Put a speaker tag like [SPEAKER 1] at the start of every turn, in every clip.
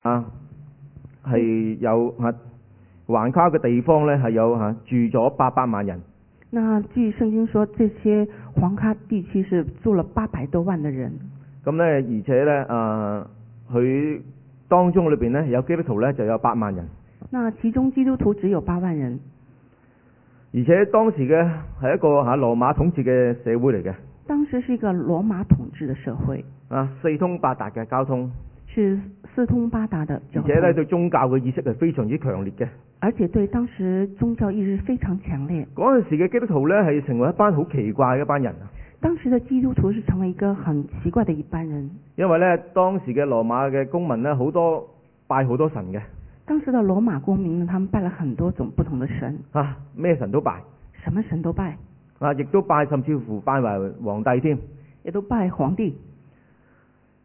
[SPEAKER 1] 啊，係有嚇、啊、橫跨嘅地方呢，係有嚇、啊住咗八百萬人。
[SPEAKER 2] 那据圣经说，这些黄咖地区是住了八百多万的人，
[SPEAKER 1] 咁呢，而且呢，啊，佢當中裏邊呢，有基督徒呢，就有八萬人，
[SPEAKER 2] 那其中基督徒只有八万人。
[SPEAKER 1] 而且當時嘅係一個嚇、啊、羅馬統治嘅社會嚟嘅，
[SPEAKER 2] 当时是一个罗马统治的社会，
[SPEAKER 1] 啊四通八達嘅交通，
[SPEAKER 2] 是四通八达的交
[SPEAKER 1] 而且呢，
[SPEAKER 2] 通，
[SPEAKER 1] 對宗教嘅意識係非常之強烈嘅。
[SPEAKER 2] 而且对当时宗教意识非常強烈。
[SPEAKER 1] 嗰陣時嘅基督徒呢，係成為一班好奇怪嘅一班人啊，
[SPEAKER 2] 当时的基督徒是成为一个很奇怪的一般人，
[SPEAKER 1] 因為呢，當時嘅羅馬嘅公民呢，好多拜好多神嘅，
[SPEAKER 2] 当时的罗马公民呢，他们拜了很多种不同的神，
[SPEAKER 1] 啊咩神都拜，
[SPEAKER 2] 什么神都拜，
[SPEAKER 1] 啊亦都拜甚至乎拜埋皇帝添，
[SPEAKER 2] 也都拜皇帝，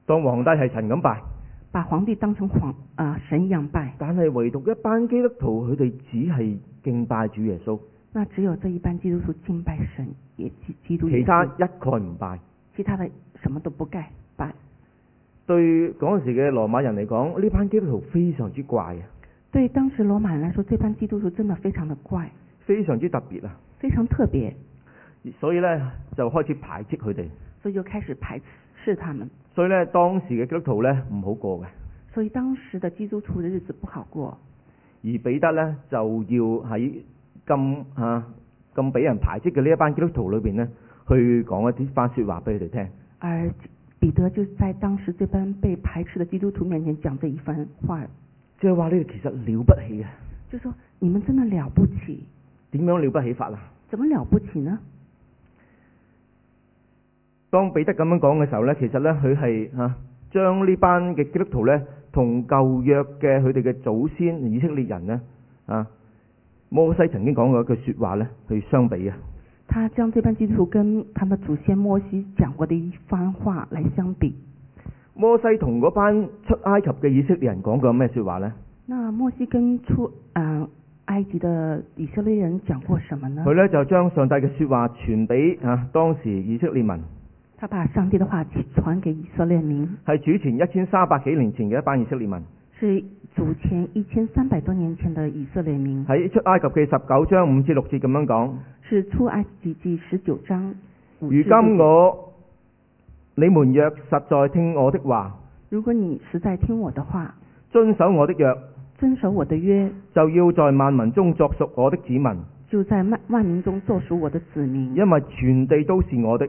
[SPEAKER 1] 當皇帝係神咁拜。
[SPEAKER 2] 把皇帝当成皇啊、神一样拜。
[SPEAKER 1] 但係唯獨一班基督徒，佢哋只係敬拜主耶穌，
[SPEAKER 2] 那只有这一般基督徒敬拜神，也基基督
[SPEAKER 1] 其
[SPEAKER 2] 耶
[SPEAKER 1] 他
[SPEAKER 2] 稣，
[SPEAKER 1] 一概唔拜。
[SPEAKER 2] 其他的什么都不盖拜。
[SPEAKER 1] 對嗰陣時嘅羅馬人嚟講，呢班基督徒非常之怪啊，
[SPEAKER 2] 对当时罗马人来说，这帮基督徒真的非常的怪，
[SPEAKER 1] 非常之特別啊，
[SPEAKER 2] 非常特别，
[SPEAKER 1] 所以呢，就開始排斥佢哋。
[SPEAKER 2] 所以就开始排斥他们。
[SPEAKER 1] 所以呢，當時嘅基督徒呢唔好過嘅，
[SPEAKER 2] 所以当时的基督徒的日子不好过。
[SPEAKER 1] 而彼得呢，就要喺咁啊咁俾人排斥嘅呢一班基督徒裏邊呢，去講一啲番説話俾佢哋聽。
[SPEAKER 2] 而彼得就在当时这般被排斥的基督徒面前讲这一番话，
[SPEAKER 1] 即係話呢，其實了不起啊！
[SPEAKER 2] 就说：“你们真的了不起，
[SPEAKER 1] 點樣了不起法啊？
[SPEAKER 2] 怎么了不起呢
[SPEAKER 1] 當彼得咁樣講嘅時候呢，其實呢，佢係嚇將呢班嘅基督徒呢，同舊約嘅佢哋嘅祖先以色列人呢，啊摩西曾經講過一句説話呢，去相比啊。？”
[SPEAKER 2] 他将这般基督徒跟他的祖先摩西讲过的一番话来相比。
[SPEAKER 1] 摩西同嗰班出埃及嘅以色列人講過咩説話呢？
[SPEAKER 2] 那摩西跟出嗯、埃及的以色列人讲过什么呢
[SPEAKER 1] 佢？呢就將上帝嘅説話傳俾啊當時以色列民，
[SPEAKER 2] 他把上帝的话传给以色列民，
[SPEAKER 1] 係主前一千三百幾年前嘅一班以色列民，
[SPEAKER 2] 是祖前一千三百多年前的以色列民，
[SPEAKER 1] 喺出埃及記十九章五至六節咁樣講。
[SPEAKER 2] 是出埃及记十九章五
[SPEAKER 1] 如
[SPEAKER 2] 至六
[SPEAKER 1] 今
[SPEAKER 2] 节。
[SPEAKER 1] 我你們若實在聽我的話，
[SPEAKER 2] 如果你实在听我的话，
[SPEAKER 1] 遵守我的約，
[SPEAKER 2] 遵守我的约，
[SPEAKER 1] 就要在萬民中作屬我的子民，
[SPEAKER 2] 就在万万民中做属我的子民，
[SPEAKER 1] 因為全地都是我的。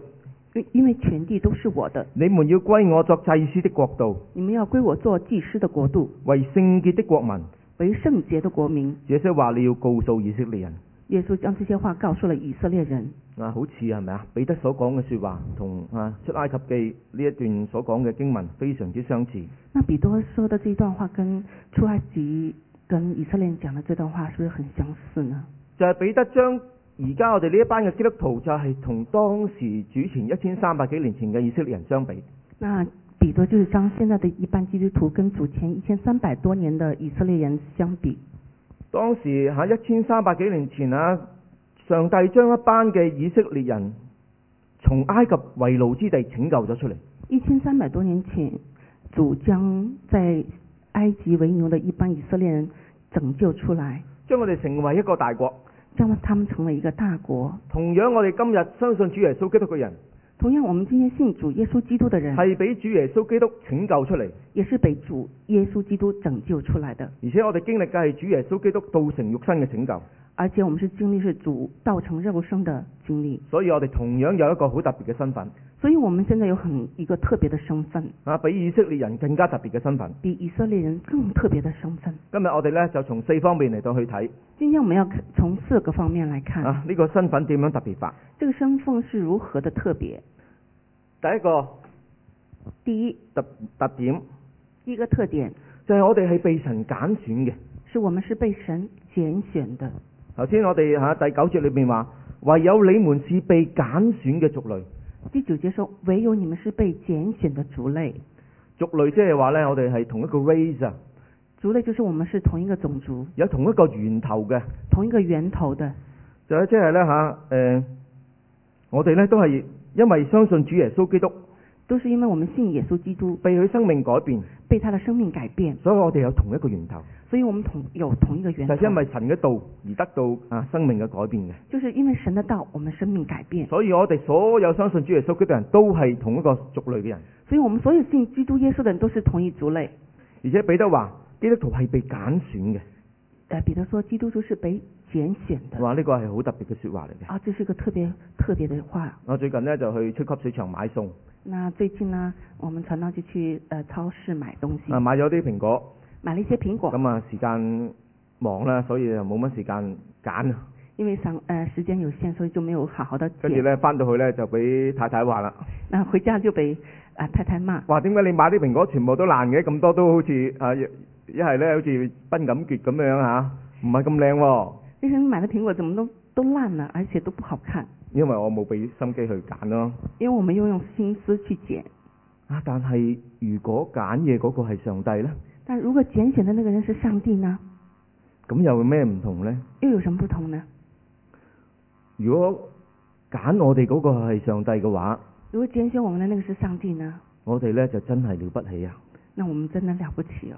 [SPEAKER 2] 因因为全地都是我的。
[SPEAKER 1] 你們要歸我作祭司的國度，
[SPEAKER 2] 你们要归我做祭司的国度，
[SPEAKER 1] 為聖潔的國民。
[SPEAKER 2] 为圣洁的国民。
[SPEAKER 1] 這些話你要告訴以色列人。
[SPEAKER 2] 耶稣将这些话告诉了以色列人。
[SPEAKER 1] 啊，好似係咪啊？彼得所講嘅説話同啊出埃及記呢一段所講嘅經文非常之相似。
[SPEAKER 2] 那彼得说的这一段话跟出埃及跟以色列人讲的这段话是不是很相似呢？
[SPEAKER 1] 就係、彼得將而家我哋呢一班嘅基督徒就係同當時主前一千三百幾年前嘅以色列人相比。
[SPEAKER 2] 那彼得就是将现在的一般基督徒跟主前一千三百多年的以色列人相比。
[SPEAKER 1] 當時喺啊一千三百幾年前啊，上帝將一班嘅以色列人從埃及為奴之地拯救咗出嚟。
[SPEAKER 2] 一千三百多年前，主将在埃及为奴的一帮以色列人拯救出来，
[SPEAKER 1] 將我哋成為一個大國，
[SPEAKER 2] 将他们成为一个大国。
[SPEAKER 1] 同樣我哋今日相信主耶穌基督嘅人，
[SPEAKER 2] 同样，我们今天信主耶稣基督的人，
[SPEAKER 1] 係俾主耶穌基督拯救出嚟，
[SPEAKER 2] 也是被主耶稣基督拯救出来的。
[SPEAKER 1] 而且我哋經歷嘅係主耶穌基督道成肉身嘅拯救，
[SPEAKER 2] 而且我们是经历是主道成肉身的经历，
[SPEAKER 1] 所以我哋同樣有一個好特別嘅身份，
[SPEAKER 2] 所以我们现在有很一个特别的身份，
[SPEAKER 1] 啊，比以色列人更加特別嘅身份。
[SPEAKER 2] 比以色列人更特别的身份。
[SPEAKER 1] 今日我哋呢，就從四方面嚟到去睇
[SPEAKER 2] 今天我们要看从四个方面来看、
[SPEAKER 1] 啊，呢、個身份點樣特別法。
[SPEAKER 2] 这个身份是如何的特别。
[SPEAKER 1] 第一個
[SPEAKER 2] 第一，
[SPEAKER 1] 特特點。
[SPEAKER 2] 第一个特点
[SPEAKER 1] 就係我哋係被神揀選嘅。
[SPEAKER 2] 是我们是被神拣选的。
[SPEAKER 1] 頭先我哋嚇第九節裏面話，唯有你們是被揀選嘅族類。
[SPEAKER 2] 第九节说，唯有你们是被拣选的族类，
[SPEAKER 1] 族類即係話呢，我哋係同一個 race 啊，
[SPEAKER 2] 族类就是我们是同一个种族、
[SPEAKER 1] 有同一個源頭嘅，
[SPEAKER 2] 同一个源头的。
[SPEAKER 1] 就係即係呢，嚇誒、我哋呢都係因為相信主耶穌基督，
[SPEAKER 2] 都是因为我们信耶稣基督，
[SPEAKER 1] 被佢生命改變，
[SPEAKER 2] 被他的生命改变，
[SPEAKER 1] 所以我哋有同一個源頭，
[SPEAKER 2] 所以我们同有同一个源
[SPEAKER 1] 就
[SPEAKER 2] 头，
[SPEAKER 1] 係因為神嘅道而得到啊生命嘅改變嘅。
[SPEAKER 2] 就是因为神的道，我们生命改变。
[SPEAKER 1] 所以我哋所有相信主耶穌基督嘅人都係同一個族類嘅人，
[SPEAKER 2] 所以我们所有信基督耶稣的人都是同一族类。
[SPEAKER 1] 而且彼得話基督徒係被揀選嘅，
[SPEAKER 2] 呃，彼得说基督徒是被拣选的
[SPEAKER 1] 話呢個係好特別嘅説話嚟嘅。
[SPEAKER 2] 啊，这是个特别特别的话。
[SPEAKER 1] 我最近呢，就去超級市場買餸，
[SPEAKER 2] 那最近呢，我们传道就去呃超市买东西
[SPEAKER 1] 啊，買咗啲蘋果，
[SPEAKER 2] 买了一些苹果，
[SPEAKER 1] 咁啊時間忙啦，所以就冇乜時間揀啊。
[SPEAKER 2] 因为想呃时间有限，所以就没有好好的
[SPEAKER 1] 跟住
[SPEAKER 2] 捡。
[SPEAKER 1] 呢，翻到去呢，就俾太太話啦，
[SPEAKER 2] 那回家就被啊、太太骂，
[SPEAKER 1] 話點解你買啲蘋果全部都爛嘅，咁多都好似啊一一係呢，好似賓感結咁樣嚇，唔係咁靚喎。
[SPEAKER 2] 为什么买的苹果怎么都都烂了，而且都不好看？
[SPEAKER 1] 因為我冇俾心機去揀咯。
[SPEAKER 2] 因为我们又用心思去捡。
[SPEAKER 1] 啊，但係如果揀嘢嗰個係上帝呢，
[SPEAKER 2] 但如果拣选的那个人是上帝呢，
[SPEAKER 1] 咁又有咩唔同呢？
[SPEAKER 2] 又有什么不同呢？
[SPEAKER 1] 如果揀我哋嗰個係上帝嘅話，
[SPEAKER 2] 如果拣选我们的那个是上帝呢，
[SPEAKER 1] 我哋呢就真係了不起啊！
[SPEAKER 2] 那我们真的了不起哦。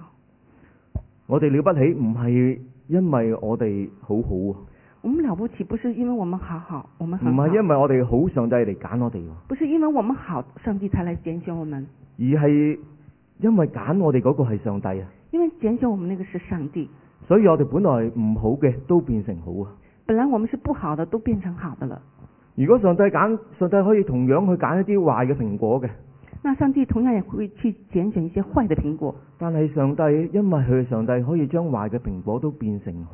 [SPEAKER 1] 我哋了不起唔係因為我哋好好啊，
[SPEAKER 2] 我们了不起不是因为我们好好，我们
[SPEAKER 1] 唔
[SPEAKER 2] 很好，
[SPEAKER 1] 係因為我哋好上帝嚟揀我哋喎，
[SPEAKER 2] 不是因为我们好，上帝才来拣选我们，
[SPEAKER 1] 而係因為揀我哋嗰個係上帝啊。
[SPEAKER 2] 因为拣选我们那个是上帝。
[SPEAKER 1] 所以我哋本來唔好嘅都變成好啊！
[SPEAKER 2] 本来我们是不好的，都变成好的了。
[SPEAKER 1] 如果上帝揀，上帝可以同樣去揀一啲壞嘅蘋果嘅，
[SPEAKER 2] 那上帝同样也会去拣选一些坏的苹果，
[SPEAKER 1] 但係上帝因為佢係上帝可以將壞嘅蘋果都變成好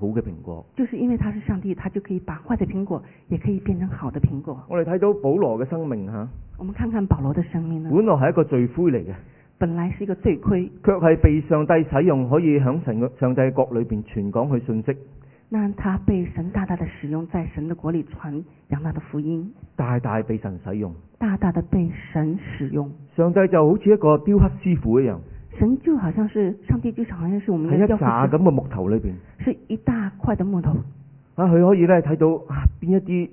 [SPEAKER 1] 好嘅蘋果。
[SPEAKER 2] 就是因为他是上帝，他就可以把坏的苹果也可以變成好的蘋果。
[SPEAKER 1] 我哋睇到保羅嘅生命吓，
[SPEAKER 2] 我们看看保罗的生命呢，
[SPEAKER 1] 本來係一個罪魁嚟嘅，
[SPEAKER 2] 本来是一个罪魁，
[SPEAKER 1] 卻係被上帝使用，可以響神嘅上帝嘅國裏边傳講佢信息，
[SPEAKER 2] 那他被神大大的使用，在神的国里传扬他的福音，
[SPEAKER 1] 大大被神使用。
[SPEAKER 2] 大大的被神使用。
[SPEAKER 1] 上帝就好似一個雕刻師傅一樣，
[SPEAKER 2] 神就好像是上帝，就好像是我们
[SPEAKER 1] 喺
[SPEAKER 2] 的
[SPEAKER 1] 一
[SPEAKER 2] 雕
[SPEAKER 1] 扎
[SPEAKER 2] 刻
[SPEAKER 1] 咁
[SPEAKER 2] 师，
[SPEAKER 1] 嘅木頭裏边。
[SPEAKER 2] 是一大块的木头，
[SPEAKER 1] 啊，佢可以咧睇到啊邊一啲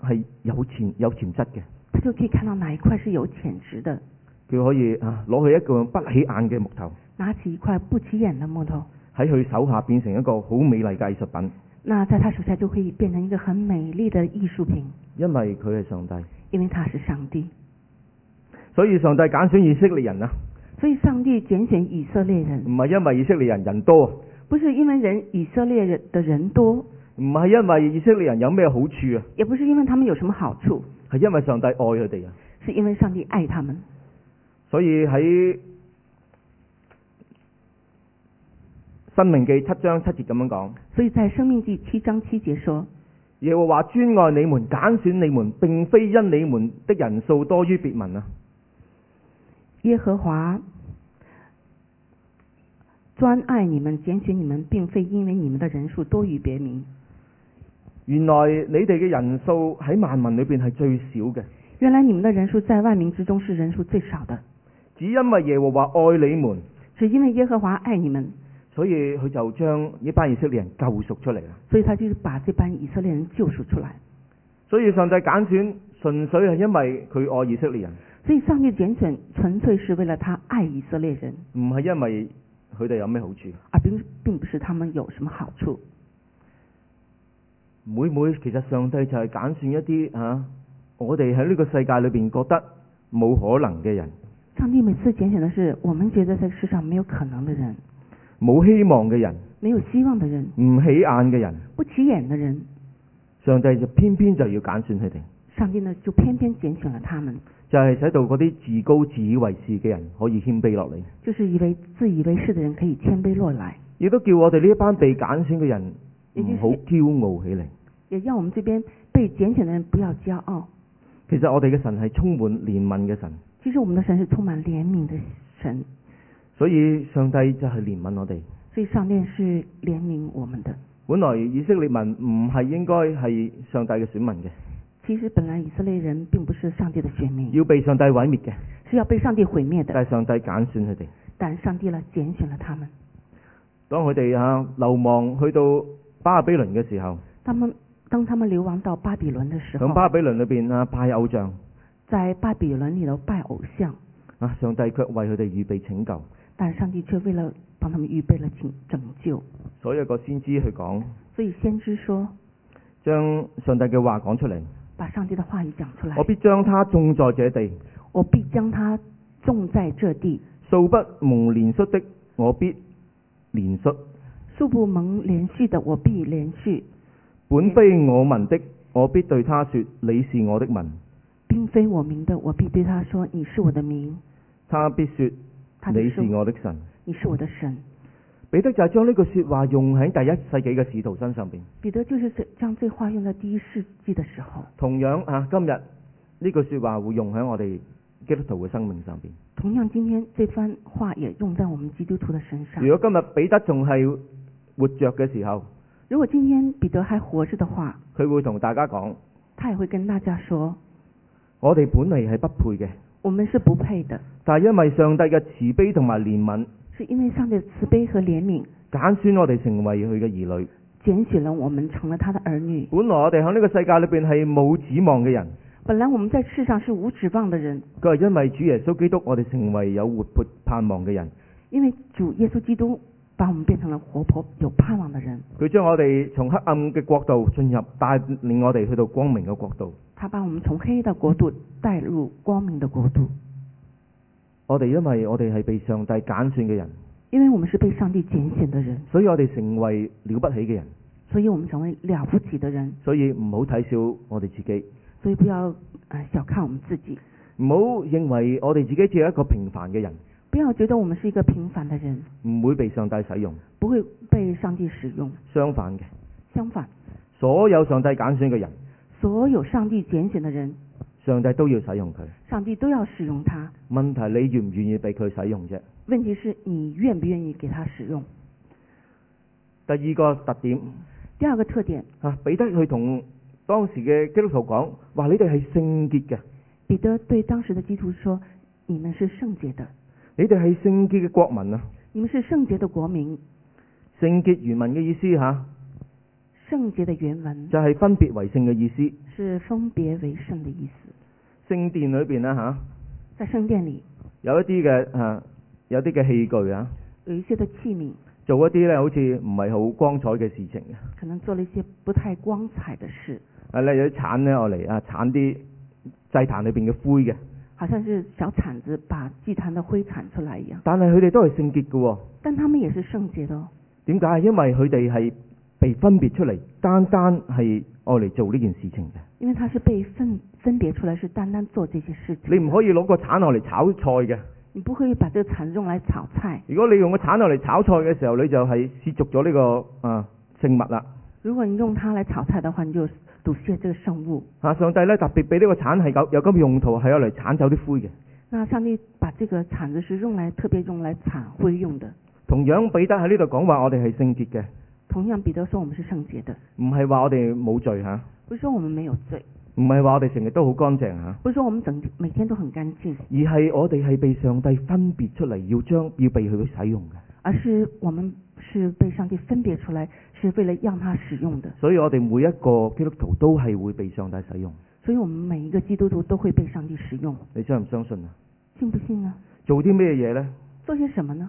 [SPEAKER 1] 係有潛有潛質嘅，
[SPEAKER 2] 他就可以看到哪一块是有潜质的。
[SPEAKER 1] 佢可以啊攞起一個不起眼嘅木頭，
[SPEAKER 2] 拿起一块不起眼的木头，
[SPEAKER 1] 喺佢手下變成一個好美麗嘅藝術品，
[SPEAKER 2] 那在他手下就可以变成一个很美丽的艺术品，
[SPEAKER 1] 因為佢係上帝。
[SPEAKER 2] 因为他是上帝。
[SPEAKER 1] 所以上帝揀選以色列人啊，
[SPEAKER 2] 所以，上帝拣选以色列人，
[SPEAKER 1] 唔係因為以色列人人多，
[SPEAKER 2] 不是因为人以色列人的人多，
[SPEAKER 1] 唔係因為以色列人有咩好處啊，
[SPEAKER 2] 也不是因为他们有什么好处，
[SPEAKER 1] 係因為上帝愛佢哋啊。
[SPEAKER 2] 是因为上帝爱他们。
[SPEAKER 1] 所以喺《生命記》七章七節咁樣講：
[SPEAKER 2] 所以在《生命记》七章七节说
[SPEAKER 1] 耶和華專愛你們，揀選你們，並非因你們的人數多於別民啊。：“
[SPEAKER 2] 耶和华专爱你们，拣选你们，并非因为你们的人数多于别民。
[SPEAKER 1] 原來你哋嘅人數喺萬民裏邊係最少嘅，
[SPEAKER 2] 原来你们的人数在万民之中是人数最少的，
[SPEAKER 1] 只因為耶和華愛你們，
[SPEAKER 2] 只因为耶和华爱你们，
[SPEAKER 1] 所以佢就將呢班以色列人救贖出嚟啊啦。
[SPEAKER 2] 所以他就是把这班以色列人救赎出来。
[SPEAKER 1] 所以上帝揀選純粹係因為佢愛以色列人，
[SPEAKER 2] 所以上帝拣选纯粹是为了他爱以色列人，
[SPEAKER 1] 唔係因為佢哋有咩好處。
[SPEAKER 2] 而并并不是他们有什么好处。
[SPEAKER 1] 每每其實上帝就係揀選一啲啊，我哋喺呢個世界裏邊覺得冇可能嘅人，
[SPEAKER 2] 上帝每次拣选的是我们觉得在世上没有可能的人，
[SPEAKER 1] 冇希望嘅人，
[SPEAKER 2] 没有希望的人，
[SPEAKER 1] 唔起眼嘅人，
[SPEAKER 2] 不起眼的人，
[SPEAKER 1] 上帝就偏偏就要揀選佢哋，
[SPEAKER 2] 上帝呢就偏偏拣选了他们，
[SPEAKER 1] 就係使到嗰啲自高自以為是嘅人可以謙卑落嚟。
[SPEAKER 2] 就是以为自以为是的人可以谦卑落来，
[SPEAKER 1] 亦都叫我哋呢一班被揀選嘅人
[SPEAKER 2] 亦都
[SPEAKER 1] 唔
[SPEAKER 2] 是
[SPEAKER 1] 好驕傲起嚟。
[SPEAKER 2] 也让我们这边被拣选的人不要骄傲。
[SPEAKER 1] 其實我哋嘅神係充滿憐憫嘅神，
[SPEAKER 2] 其实我们的神是充满怜悯的神，
[SPEAKER 1] 所以上帝就係憐憫我哋。
[SPEAKER 2] 所以上帝是怜悯我们的。
[SPEAKER 1] 本來以色列民唔係應該係上帝嘅選民嘅，
[SPEAKER 2] 其实本来以色列人并不是上帝的选民，
[SPEAKER 1] 要被上帝毀滅嘅，
[SPEAKER 2] 是要被上帝毁灭的，
[SPEAKER 1] 但係上帝揀選佢哋。
[SPEAKER 2] 但上帝呢拣选了他们。
[SPEAKER 1] 當佢哋啊流亡去到巴比倫嘅時候，
[SPEAKER 2] 他们当他们流亡到巴比伦的时候
[SPEAKER 1] 響，巴比倫裏邊啊拜偶像，
[SPEAKER 2] 在巴比伦里头拜偶像，
[SPEAKER 1] 啊，上帝卻為佢哋預備拯救。
[SPEAKER 2] 但上帝却为了帮他们预备了拯拯救。
[SPEAKER 1] 所以有個先知去講，
[SPEAKER 2] 所以先知说，
[SPEAKER 1] 將上帝嘅話講出嚟。
[SPEAKER 2] 把上帝的话语讲出来
[SPEAKER 1] 我，必將他種在這地，
[SPEAKER 2] 我必将它种在这地，
[SPEAKER 1] 素不蒙憐恤的，我必憐恤；
[SPEAKER 2] 素不蒙连续的，我必连续；嗯
[SPEAKER 1] 本非我民的，我必對他說：你是我的民。
[SPEAKER 2] 并非我名的，我必对他说：你是我的名，
[SPEAKER 1] 他必說：
[SPEAKER 2] 他必
[SPEAKER 1] 你是
[SPEAKER 2] 说
[SPEAKER 1] 我的神。
[SPEAKER 2] 你是我的神。
[SPEAKER 1] 彼得就係將呢句说話用喺第一世紀嘅使徒身上邊。
[SPEAKER 2] 彼得就是这将这话用在第一世纪的时候，
[SPEAKER 1] 同樣啊，今日呢句说話會用喺我哋基督徒嘅生命上邊。
[SPEAKER 2] 同样今天这番话也用在我们基督徒的身上。
[SPEAKER 1] 如果今日彼得仲係活着嘅時候，
[SPEAKER 2] 如果今天彼得还活着的话，
[SPEAKER 1] 佢會同大家講：
[SPEAKER 2] 他也会跟大家说，
[SPEAKER 1] 我哋本嚟係不配嘅，
[SPEAKER 2] 我们是不配的，
[SPEAKER 1] 但係因為上帝嘅慈悲同埋憐憫，
[SPEAKER 2] 是因为上帝的慈悲和怜悯
[SPEAKER 1] 揀選我哋成為佢嘅兒女。
[SPEAKER 2] 拣选了我们，成了他的儿女。
[SPEAKER 1] 本來我哋喺呢個世界裏邊係冇指望嘅人，
[SPEAKER 2] 本来我们在世上是无指望的人，
[SPEAKER 1] 佢係因為主耶穌基督，我哋成為有活潑盼望嘅人。
[SPEAKER 2] 因为主耶稣基督把我们变成了活泼有盼望的人，
[SPEAKER 1] 佢將我哋從黑暗嘅國度進入，帶領我哋去到光明嘅國度。
[SPEAKER 2] 他把我们从黑的国度带入光明的国度。
[SPEAKER 1] 我哋因為我哋係被上帝揀選嘅人，
[SPEAKER 2] 因为我们是被上帝拣选的人，
[SPEAKER 1] 所以我哋成為了不起嘅人。
[SPEAKER 2] 所以我们成为了不起的人。
[SPEAKER 1] 所以唔好睇小我哋自己，
[SPEAKER 2] 所以不要呃小看我们自己，
[SPEAKER 1] 唔好認為我哋自己只係一個平凡嘅人，
[SPEAKER 2] 不要覺得我们是一个平凡的人，
[SPEAKER 1] 唔會被上帝使用。
[SPEAKER 2] 不会被上帝使用。
[SPEAKER 1] 相反嘅，
[SPEAKER 2] 相反，
[SPEAKER 1] 所有上帝揀選嘅人，
[SPEAKER 2] 所有上帝拣选的人，
[SPEAKER 1] 上帝都要使用佢。
[SPEAKER 2] 上帝都要使用他。
[SPEAKER 1] 問題你願唔願意俾佢使用啫？
[SPEAKER 2] 问题是你愿不愿意给他使用。
[SPEAKER 1] 第二個特點
[SPEAKER 2] 第二个特點，
[SPEAKER 1] 啊，彼得佢同當時嘅基督徒講話：你哋係聖潔嘅，
[SPEAKER 2] 彼得对当时的基督徒说：“你们是圣洁的，
[SPEAKER 1] 你哋係聖潔嘅國民啊！
[SPEAKER 2] 你们是圣洁的国民。
[SPEAKER 1] 聖潔原文嘅意思吓、
[SPEAKER 2] 圣洁的原文
[SPEAKER 1] 就係、分別為聖嘅意思。
[SPEAKER 2] 是分别为圣的意思。
[SPEAKER 1] 聖殿啊裏邊啦嚇，
[SPEAKER 2] 在圣殿里
[SPEAKER 1] 有一啲嘅誒，有啲嘅器具啊，
[SPEAKER 2] 有一些的器皿，
[SPEAKER 1] 做一啲咧好似唔係好光彩嘅事情嘅。
[SPEAKER 2] 可能做了一些不太光彩的事，
[SPEAKER 1] 啊，例如啲鏟咧，我嚟啊鏟啲祭壇裏邊嘅灰嘅，
[SPEAKER 2] 好像是小铲子把祭坛的灰铲出来一样。
[SPEAKER 1] 但係佢哋都係聖潔嘅喎。
[SPEAKER 2] 但他们也是圣洁的、哦，
[SPEAKER 1] 點解？因為佢哋係被分別出嚟，單單係愛嚟做呢件事情嘅。
[SPEAKER 2] 因为他是被分分别出来，是单单做这些事情。
[SPEAKER 1] 你唔可以攞個鏟落嚟炒菜嘅。
[SPEAKER 2] 你不可以把这个铲子用来炒菜。
[SPEAKER 1] 如果你用個鏟落嚟炒菜嘅時候，你就係涉足咗呢、個啊聖物啦。
[SPEAKER 2] 如果你用它来炒菜的话，你就堵塞这个圣物。
[SPEAKER 1] 啊，上帝咧特別俾呢個鏟係有有咁嘅用途，係用嚟鏟走啲灰嘅。
[SPEAKER 2] 那上帝把这个铲子是用来特别用来铲灰用的。
[SPEAKER 1] 同樣，彼得喺呢度講話，我哋係聖潔嘅，
[SPEAKER 2] 同样，彼得说我们是圣洁的，
[SPEAKER 1] 唔係話我哋冇罪嚇，
[SPEAKER 2] 不是说我们没有罪，
[SPEAKER 1] 唔係話我哋成日都好乾淨嚇，
[SPEAKER 2] 不是说我们整每天都很干净，
[SPEAKER 1] 而係我哋係被上帝分別出嚟，要將要被佢使用嘅。
[SPEAKER 2] 而是我们是被上帝分别出来，是为了让他使用的。
[SPEAKER 1] 所以我哋每一個基督徒都係會被上帝使用，
[SPEAKER 2] 所以，我们每一个基督徒都会被上帝使用，
[SPEAKER 1] 你相唔相信啊？
[SPEAKER 2] 信不信呢？
[SPEAKER 1] 做啲咩嘢呢？
[SPEAKER 2] 做些什么呢？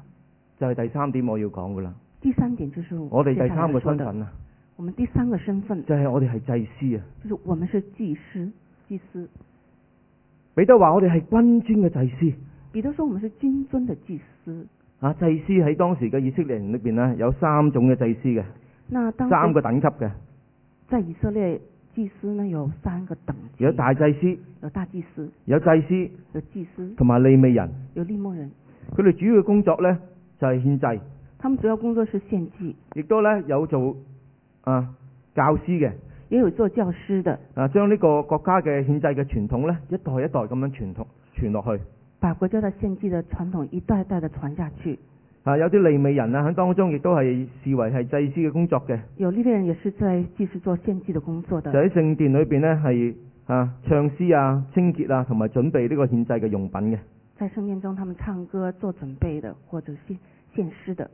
[SPEAKER 1] 就係、第三點我要講噶啦。
[SPEAKER 2] 第三点就是我
[SPEAKER 1] 我哋
[SPEAKER 2] 接
[SPEAKER 1] 第
[SPEAKER 2] 下
[SPEAKER 1] 三
[SPEAKER 2] 来
[SPEAKER 1] 個
[SPEAKER 2] 要说
[SPEAKER 1] 身
[SPEAKER 2] 的，
[SPEAKER 1] 份啊，
[SPEAKER 2] 我们第三个身份
[SPEAKER 1] 就係、我哋係祭司啊。
[SPEAKER 2] 就是我们是祭司，祭司。
[SPEAKER 1] 彼得話：我哋係君尊嘅祭司。
[SPEAKER 2] 彼得说我们是君尊的祭司。
[SPEAKER 1] 啊，祭司喺當時嘅以色列人裏邊呢，有三種嘅祭司嘅，
[SPEAKER 2] 那当
[SPEAKER 1] 三
[SPEAKER 2] 时
[SPEAKER 1] 個等級嘅，
[SPEAKER 2] 在以色列祭司呢有三个等级，
[SPEAKER 1] 有大祭司、
[SPEAKER 2] 有大祭司，
[SPEAKER 1] 有祭司
[SPEAKER 2] 有祭司，
[SPEAKER 1] 同埋利未人。
[SPEAKER 2] 有利莫人。
[SPEAKER 1] 佢哋主要嘅工作呢，就係、獻祭，
[SPEAKER 2] 他们主要工作是献祭，
[SPEAKER 1] 亦都呢有做啊教師嘅，
[SPEAKER 2] 也有做教师的，
[SPEAKER 1] 啊將呢個國家嘅獻祭嘅傳統呢，一代一代咁樣傳統傳落去。
[SPEAKER 2] 把国家的献祭的传统一代代的传下去。
[SPEAKER 1] 啊，有啲利未人啊喺當中亦都係視為係祭司嘅工作嘅，
[SPEAKER 2] 有利未人也是在祭司做献祭的工作
[SPEAKER 1] 就
[SPEAKER 2] 的，
[SPEAKER 1] 喺聖殿裏邊呢，係啊唱詩啊、清潔啊，同埋準備呢個獻祭嘅用品嘅。
[SPEAKER 2] 在圣殿中他们唱歌做准备的，或者献献诗的。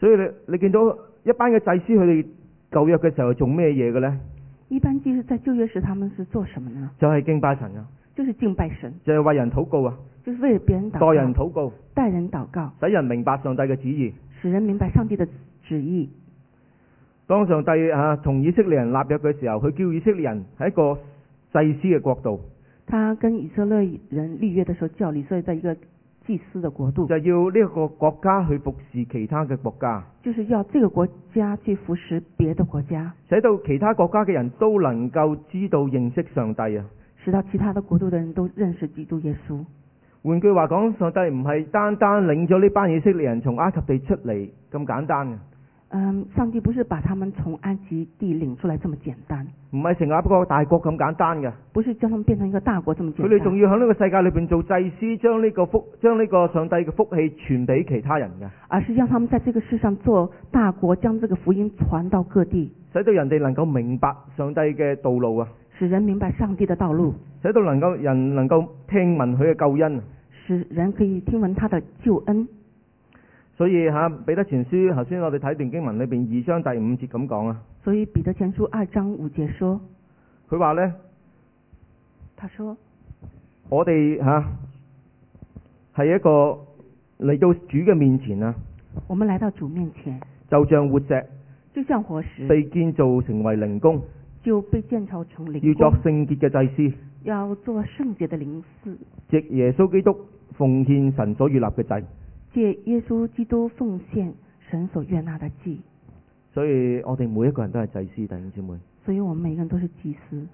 [SPEAKER 1] 所以你你見到一班嘅祭司佢哋舊約嘅時候係做咩嘢嘅呢？
[SPEAKER 2] 一般祭司在旧约时他们是做什么呢？
[SPEAKER 1] 就係、敬拜神啊，
[SPEAKER 2] 就是敬拜神，
[SPEAKER 1] 就係為人禱告啊，
[SPEAKER 2] 就是为了别人祷
[SPEAKER 1] 代人
[SPEAKER 2] 告，
[SPEAKER 1] 禱告，
[SPEAKER 2] 代人祷告，
[SPEAKER 1] 使人明白上帝嘅旨意。
[SPEAKER 2] 使人明白上帝的旨意。
[SPEAKER 1] 當上帝啊同以色列人立約嘅時候，佢叫以色列人係一個祭司嘅國度，
[SPEAKER 2] 他跟以色列人立约的时候，叫以色列在一个祭司的国度，
[SPEAKER 1] 就要呢一個國家去服侍其他嘅國家，
[SPEAKER 2] 就是要这个国家去服侍别的国家，
[SPEAKER 1] 使到其他國家嘅人都能夠知道認識上帝啊。
[SPEAKER 2] 使到其他的国度的人都认识基督耶稣。
[SPEAKER 1] 換句話講，上帝唔係單單領咗呢班以色列人從埃及地出嚟咁簡單嘅，
[SPEAKER 2] 嗯，上帝不是把他们从安吉地领出来这么简单，
[SPEAKER 1] 唔係成立一個大國咁簡單嘅。
[SPEAKER 2] 不是叫他们变成一个大国这么简
[SPEAKER 1] 佢哋仲
[SPEAKER 2] 单，
[SPEAKER 1] 要喺呢個世界裏邊做祭司，將呢個福將呢個上帝嘅福氣傳俾其他人嘅，
[SPEAKER 2] 而是让他们在这个世上做大国，将这个福音传到各地，
[SPEAKER 1] 使到人哋能夠明白上帝嘅道路啊，
[SPEAKER 2] 使人明白上帝的道路，
[SPEAKER 1] 使到能夠人能夠聽聞佢嘅救恩。啊
[SPEAKER 2] 使人可以听闻他的救恩。
[SPEAKER 1] 所以嚇、彼得前書頭先我哋睇段經文裏邊二章第五節咁講啊，
[SPEAKER 2] 所以彼得前书二章五节说，
[SPEAKER 1] 佢話呢：
[SPEAKER 2] 他说
[SPEAKER 1] 「我哋嚇係一個嚟到主嘅面前啊，
[SPEAKER 2] 我们来到主面前，
[SPEAKER 1] 就像活石
[SPEAKER 2] 就像活石，
[SPEAKER 1] 被建造成為靈宮，
[SPEAKER 2] 就被建造成灵
[SPEAKER 1] 要
[SPEAKER 2] 宫
[SPEAKER 1] 作，聖潔嘅祭司，
[SPEAKER 2] 要做圣洁的灵寺，
[SPEAKER 1] 藉耶穌基督奉獻神所預立嘅祭。
[SPEAKER 2] 借耶稣基督奉献神所悦纳的祭。
[SPEAKER 1] 所以我哋每一個人都係祭司，弟兄姊妹。
[SPEAKER 2] 所以我们每个人都是祭司，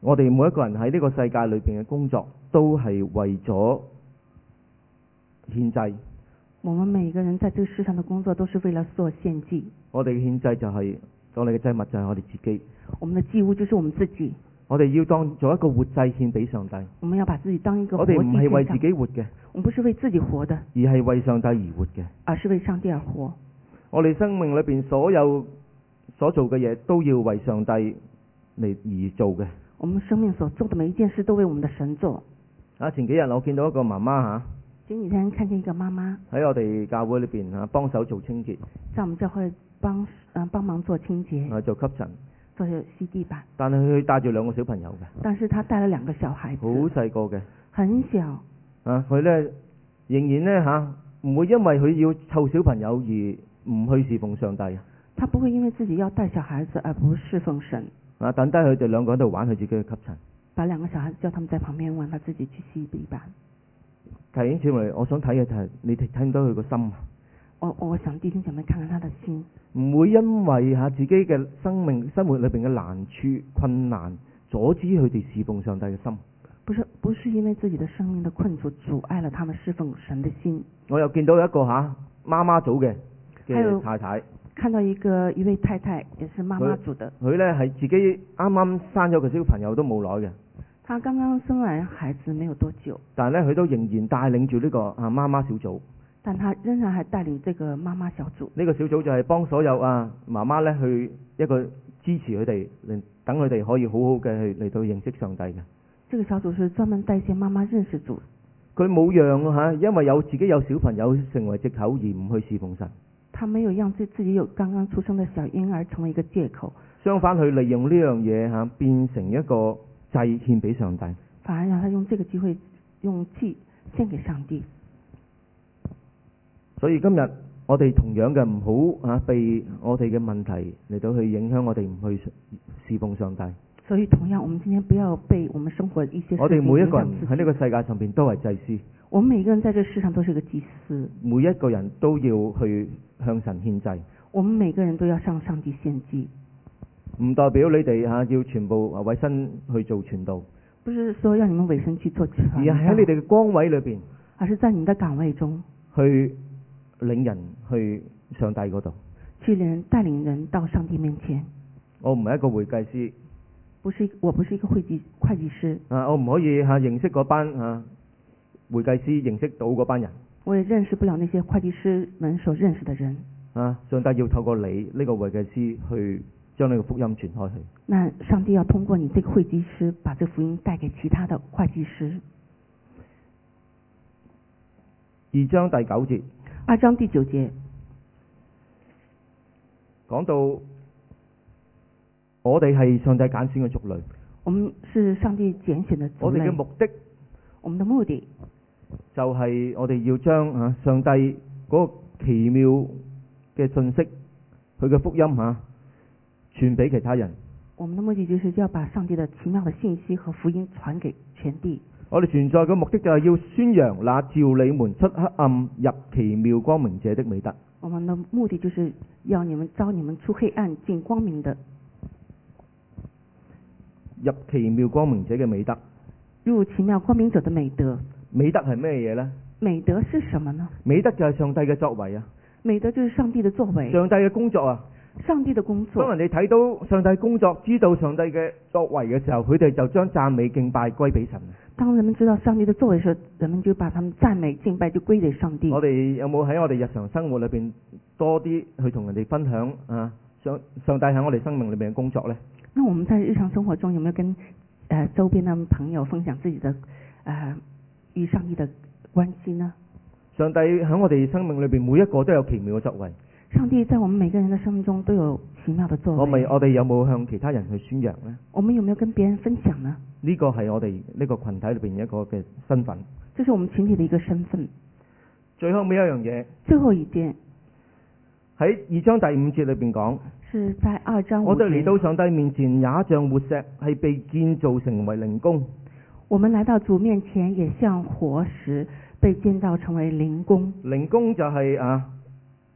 [SPEAKER 1] 我哋每一個人喺呢個世界裏邊嘅工作，都係為咗獻祭。
[SPEAKER 2] 我们每个人在这个世上的工作都是为了做献祭。
[SPEAKER 1] 我哋嘅獻祭就係、我哋嘅祭物就係我哋自己。
[SPEAKER 2] 我们的祭物就是我们自己，
[SPEAKER 1] 我哋要當做一個活祭獻俾上帝。
[SPEAKER 2] 我们要把自己当一个活
[SPEAKER 1] 我
[SPEAKER 2] 祭
[SPEAKER 1] 哋唔係為
[SPEAKER 2] 献
[SPEAKER 1] 自
[SPEAKER 2] 上。
[SPEAKER 1] 己活嘅，
[SPEAKER 2] 我们不是为自己活的，
[SPEAKER 1] 而係為上帝而活嘅。
[SPEAKER 2] 而是为上帝而活。
[SPEAKER 1] 我哋生命裏邊所有所做嘅嘢，都要為上帝嚟而做嘅。
[SPEAKER 2] 我们生命所做的每一件事都为我们的神做。
[SPEAKER 1] 啊，前幾日我見到一個媽媽嚇
[SPEAKER 2] 前几天看见一个妈妈
[SPEAKER 1] 喺我哋教會裏邊嚇幫手做清潔，
[SPEAKER 2] 在我们教会帮嗯、帮忙做清洁，
[SPEAKER 1] 啊做吸塵，
[SPEAKER 2] 做吸地板，
[SPEAKER 1] 但係佢帶住兩個小朋友嘅。
[SPEAKER 2] 但是她带了两个小孩
[SPEAKER 1] 好
[SPEAKER 2] 子，
[SPEAKER 1] 細個嘅，
[SPEAKER 2] 很小，
[SPEAKER 1] 啊，佢呢仍然呢，吓、唔會因為佢要湊小朋友而唔去侍奉上帝啊
[SPEAKER 2] 她不会因为自己要带小孩子而不侍奉神。
[SPEAKER 1] 啊，等低佢哋兩個喺度玩佢自己嘅吸塵。
[SPEAKER 2] 把两个小孩子叫他们在旁边玩，她自己去吸地板。
[SPEAKER 1] 提醒姊妹，我想睇嘅就係你哋睇唔到佢個心啊，
[SPEAKER 2] 我我想弟兄姐妹看看她的心，
[SPEAKER 1] 唔會因為吓、自己嘅生命生活裏邊嘅難處困難，阻止佢哋侍奉上帝嘅心。
[SPEAKER 2] 不是不是因为自己的生命的困阻阻碍了他们侍奉神的心。
[SPEAKER 1] 我又見到一個吓媽媽組嘅
[SPEAKER 2] 係喎
[SPEAKER 1] 嘅太太，
[SPEAKER 2] 看到一个一位太太，也是妈妈
[SPEAKER 1] 喂
[SPEAKER 2] 组的，
[SPEAKER 1] 佢呢係自己啱啱生咗個小朋友都冇耐嘅，
[SPEAKER 2] 她刚刚生完孩子没有多久，
[SPEAKER 1] 但係呢，佢都仍然帶領住呢、個啊媽媽小組。
[SPEAKER 2] 但她仍然还带领这个妈妈小组，
[SPEAKER 1] 呢個小組就係幫所有啊媽媽呢去一個支持佢哋，令等佢哋可以好好嘅去嚟到認識上帝嘅。
[SPEAKER 2] 这个小组是专門帶一些媽媽認識組，
[SPEAKER 1] 佢冇讓嚇，因為有自己有小朋友成為藉口而唔去侍奉神。
[SPEAKER 2] 他沒有讓自自己有剛剛出生的小嬰兒成為一個借口，
[SPEAKER 1] 相反，佢利用呢樣嘢嚇變成一個祭獻俾上帝。
[SPEAKER 2] 反而讓他用這個機會用祭獻給上帝。
[SPEAKER 1] 所以今日我哋同樣嘅唔好嚇被我哋嘅問題嚟到去影響我哋唔去侍奉上帝。
[SPEAKER 2] 所以，同樣，我們今天不要被我們生活的一些事情
[SPEAKER 1] 我哋每一
[SPEAKER 2] 影
[SPEAKER 1] 個
[SPEAKER 2] 響
[SPEAKER 1] 人喺呢
[SPEAKER 2] 自己。
[SPEAKER 1] 個世界上邊都係祭司，
[SPEAKER 2] 我們每個人在這世上都是個祭司，
[SPEAKER 1] 每一個人都要去向神獻祭。
[SPEAKER 2] 我們每個人都要向上帝獻祭，
[SPEAKER 1] 唔代表你哋嚇要全部啊委身去做傳道，
[SPEAKER 2] 不是說讓你們委身去做傳
[SPEAKER 1] 而係喺你
[SPEAKER 2] 道，
[SPEAKER 1] 哋嘅崗位裏邊
[SPEAKER 2] 而是在你們的崗位中
[SPEAKER 1] 去領人去上帝嗰度。
[SPEAKER 2] 去人帶領人到上帝面前。
[SPEAKER 1] 我唔係一個會計師
[SPEAKER 2] 不是一，我不是一個會計會計師，
[SPEAKER 1] 啊，我唔可以嚇認識嗰班啊會計師，認識到嗰班人
[SPEAKER 2] 我也認識不了那些會計師們所認識的人。
[SPEAKER 1] 啊。上帝要透過你呢個會計師去將呢個福音傳開去。
[SPEAKER 2] 那上帝要通過你這個會計師，把這福音帶給其他的會計師。
[SPEAKER 1] 二章第九節
[SPEAKER 2] 二章第九節，
[SPEAKER 1] 講到我哋係上帝揀選嘅族類，
[SPEAKER 2] 我我们是上帝拣选的族
[SPEAKER 1] 我哋
[SPEAKER 2] 类
[SPEAKER 1] 嘅，目的
[SPEAKER 2] 我们的目的
[SPEAKER 1] 就係我哋要將啊上帝嗰個奇妙嘅信息，佢嘅福音嚇傳俾其他人。
[SPEAKER 2] 我们的目的就是要把上帝的奇妙的信息和福音传给全地。
[SPEAKER 1] 我哋存在嘅目的就係要宣揚那召你們出黑暗入奇妙光明者的美德。
[SPEAKER 2] 我们的目的就是要你们招你们出黑暗进光明的，
[SPEAKER 1] 入奇妙光明者嘅美德，
[SPEAKER 2] 入奇妙光明者的美德。
[SPEAKER 1] 美德係咩嘢呢？
[SPEAKER 2] 美德是什么呢？
[SPEAKER 1] 美德就係上帝嘅作為啊，
[SPEAKER 2] 美德就是上帝的作为，
[SPEAKER 1] 上帝嘅工作啊。
[SPEAKER 2] 上帝的工
[SPEAKER 1] 當
[SPEAKER 2] 作。
[SPEAKER 1] 人哋睇到上帝工作，知道上帝嘅作為嘅時候，佢哋就將讚美敬拜歸俾神。啊
[SPEAKER 2] 当人们知道上帝的作为的时候，人们就把他们赞美敬拜就归给上帝。
[SPEAKER 1] 我哋有冇喺我哋日常生活裏邊多啲去同人哋分享啊？上上帝喺我哋生命裏面嘅工作呢？
[SPEAKER 2] 那我们在日常生活中有没有跟呃周边的朋友分享自己的呃与上帝的关系呢？
[SPEAKER 1] 上帝喺我哋生命裏邊每一個都有奇妙嘅作為，
[SPEAKER 2] 上帝在我们每个人的生命中都有奇妙的作
[SPEAKER 1] 我咪
[SPEAKER 2] 为。
[SPEAKER 1] 我哋有冇向其他人去宣揚呢？
[SPEAKER 2] 我们有没有跟别人分享呢？
[SPEAKER 1] 呢個係我哋呢個群體裏邊一個嘅身份。
[SPEAKER 2] 这是我们群体的一个身份。
[SPEAKER 1] 最後尾一樣嘢
[SPEAKER 2] 最后一件
[SPEAKER 1] 喺二章第五節裏邊講，
[SPEAKER 2] 是在二章五
[SPEAKER 1] 我
[SPEAKER 2] 节
[SPEAKER 1] 哋嚟到上帝面前也像活石，係被建造成為靈宮。
[SPEAKER 2] 我们来到主面前，也像活石被建造成为灵宫。
[SPEAKER 1] 靈宮就係、啊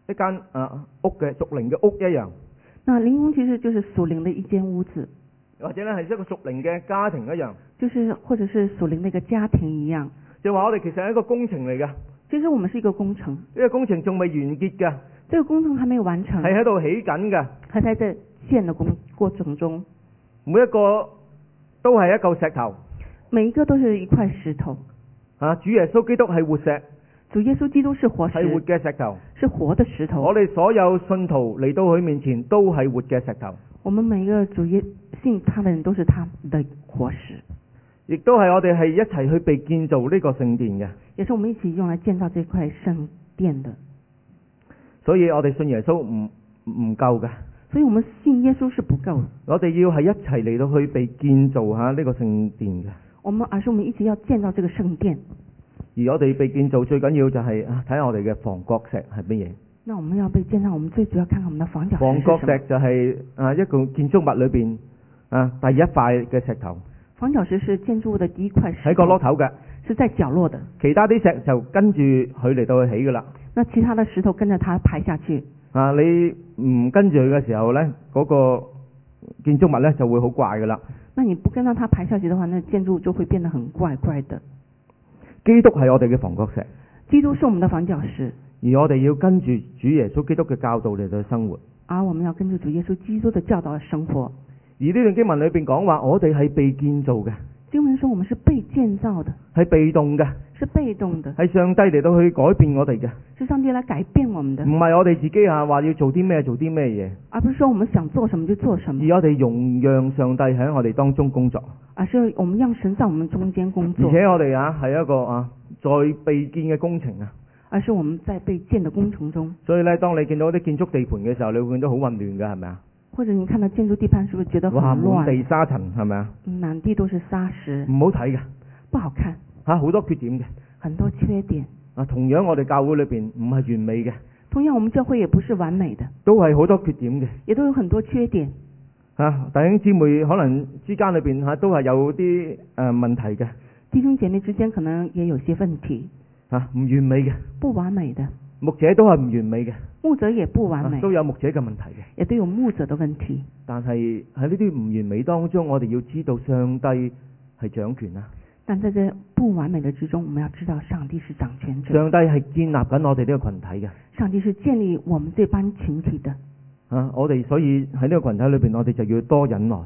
[SPEAKER 1] 一間啊屋嘅屬靈嘅屋一樣，
[SPEAKER 2] 那灵宫其实就是属灵的一间屋子，
[SPEAKER 1] 或者咧係一個屬靈嘅家庭一樣。
[SPEAKER 2] 就是或者是属灵的一个家庭一样。
[SPEAKER 1] 就話我哋其實係一個工程嚟嘅，呢、
[SPEAKER 2] 其实我们是一个工程，
[SPEAKER 1] 個工程仲未完結嘅，
[SPEAKER 2] 这个工程还没有完成，
[SPEAKER 1] 係喺度起緊嘅。
[SPEAKER 2] 还在这建的工过程中，
[SPEAKER 1] 每一個都係一嚿石頭。
[SPEAKER 2] 每一个都是一块石头。
[SPEAKER 1] 啊！主耶穌基督係活石，
[SPEAKER 2] 主耶稣基督是活
[SPEAKER 1] 係活
[SPEAKER 2] 石，
[SPEAKER 1] 嘅石頭。
[SPEAKER 2] 是活的石头
[SPEAKER 1] 我。哋所有信徒嚟到佢面前都係活嘅石頭，
[SPEAKER 2] 我们每一个主耶信他的人都是他的活石，
[SPEAKER 1] 亦都係我哋係一齊去被建造呢個聖殿嘅。
[SPEAKER 2] 也是我们一起用来建造这块圣殿的。
[SPEAKER 1] 所以我哋信耶穌唔唔夠嘅，
[SPEAKER 2] 所以，我们信耶稣是不够的，
[SPEAKER 1] 我哋要係一齊嚟到去被建造下呢個聖殿嘅。
[SPEAKER 2] 我们而是我们一直要建造这个圣殿。
[SPEAKER 1] 而我哋被建造最緊要就係啊，睇下我哋嘅房角石係乜嘢。
[SPEAKER 2] 那我们要被建造，我们最主要看看我们的房角石
[SPEAKER 1] 房
[SPEAKER 2] 是
[SPEAKER 1] 角
[SPEAKER 2] 什么。
[SPEAKER 1] 石就係啊一個建築物裏邊啊第一塊嘅石頭
[SPEAKER 2] 房角石是建筑物的第一块石
[SPEAKER 1] 喺角落
[SPEAKER 2] 头，
[SPEAKER 1] 頭嘅，
[SPEAKER 2] 是在角落的。
[SPEAKER 1] 其他啲石就跟住佢嚟到去起噶啦。
[SPEAKER 2] 那其他的石头跟着它排下去。
[SPEAKER 1] 啊，你唔跟住佢嘅時候呢，嗰、個建築物呢就會好怪噶啦。
[SPEAKER 2] 那你不跟到它排下去的话，那建筑物就会变得很怪怪的。
[SPEAKER 1] 基督係我哋嘅房角石，
[SPEAKER 2] 基督是我们的房角石，
[SPEAKER 1] 而我哋要跟住主耶穌基督嘅教導嚟到生活。
[SPEAKER 2] 而我们要跟着主耶稣基督的教导而生活。
[SPEAKER 1] 而呢段經文裏邊講話，我哋係被建造嘅，
[SPEAKER 2] 经文说我们是被建造的，
[SPEAKER 1] 係被動嘅，
[SPEAKER 2] 是被动的，
[SPEAKER 1] 係上帝嚟到去改變我哋嘅，
[SPEAKER 2] 是上帝来改变我们的，
[SPEAKER 1] 唔係我哋自己啊話要做啲咩做啲咩嘢。
[SPEAKER 2] 而不是说我们想做什么就做什么，
[SPEAKER 1] 而我哋容讓上帝喺我哋當中工作，
[SPEAKER 2] 而是我们让神在我们中间工
[SPEAKER 1] 而
[SPEAKER 2] 作，
[SPEAKER 1] 且我哋啊係一個啊再被建嘅工程啊，
[SPEAKER 2] 而是我们在被建的工程中。
[SPEAKER 1] 所以咧，當你見到啲建築地盤嘅時候，你會見到好混亂嘅，係咪啊？
[SPEAKER 2] 或者你看到建筑地盘是不是觉得
[SPEAKER 1] 哇，
[SPEAKER 2] 很
[SPEAKER 1] 滿
[SPEAKER 2] 乱，
[SPEAKER 1] 地沙塵係咪啊？
[SPEAKER 2] 满地都是沙石，
[SPEAKER 1] 唔好睇嘅
[SPEAKER 2] 不好看，
[SPEAKER 1] 嚇，好多缺點嘅
[SPEAKER 2] 很多缺点。
[SPEAKER 1] 啊。同樣我哋教會裏邊唔係完美嘅，
[SPEAKER 2] 同样，我们教会也不是完美的，
[SPEAKER 1] 都係好多缺點嘅
[SPEAKER 2] 也都有很多缺点。
[SPEAKER 1] 啊。弟兄姊妹可能之間裏邊嚇都係有啲誒、呃、問題嘅
[SPEAKER 2] 弟兄姐妹之间可能也有些问题，
[SPEAKER 1] 嚇，唔、完美嘅
[SPEAKER 2] 不完美的，
[SPEAKER 1] 牧者都係唔完美嘅、
[SPEAKER 2] 牧者也不完
[SPEAKER 1] 啊
[SPEAKER 2] 美，
[SPEAKER 1] 都有牧者嘅問題嘅。
[SPEAKER 2] 也都有牧者的问题。
[SPEAKER 1] 但係喺呢啲唔完美當中，我哋要知道上帝係掌權啊！
[SPEAKER 2] 但在这不完美的之中，我们要知道上帝是掌权者，
[SPEAKER 1] 上帝係建立緊我哋呢個群體嘅
[SPEAKER 2] 上帝是建立我们这班群体的。
[SPEAKER 1] 啊！我哋所以喺呢個群體裏邊，我哋就要多忍耐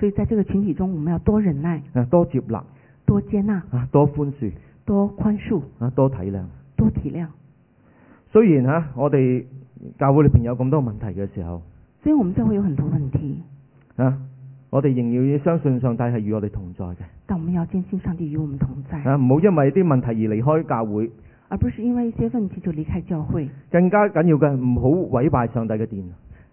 [SPEAKER 2] 所以在这个群体中，我们要多忍耐、
[SPEAKER 1] 啊，多接納
[SPEAKER 2] 多接纳、
[SPEAKER 1] 啊，多寬恕
[SPEAKER 2] 多宽恕、
[SPEAKER 1] 啊，多體諒。
[SPEAKER 2] 多体谅。
[SPEAKER 1] 雖然嚇、啊我哋教會裏邊有咁多問題嘅時候
[SPEAKER 2] 虽然我们教会有很多问题，
[SPEAKER 1] 啊，我哋仍然要相信上帝係與我哋同在嘅
[SPEAKER 2] 但我们要坚信上帝与我们同在，
[SPEAKER 1] 啊！唔好因為啲問題而離開教會，
[SPEAKER 2] 而不是因为一些问题就离开教会。
[SPEAKER 1] 更加緊要嘅唔好毀壞上帝嘅殿。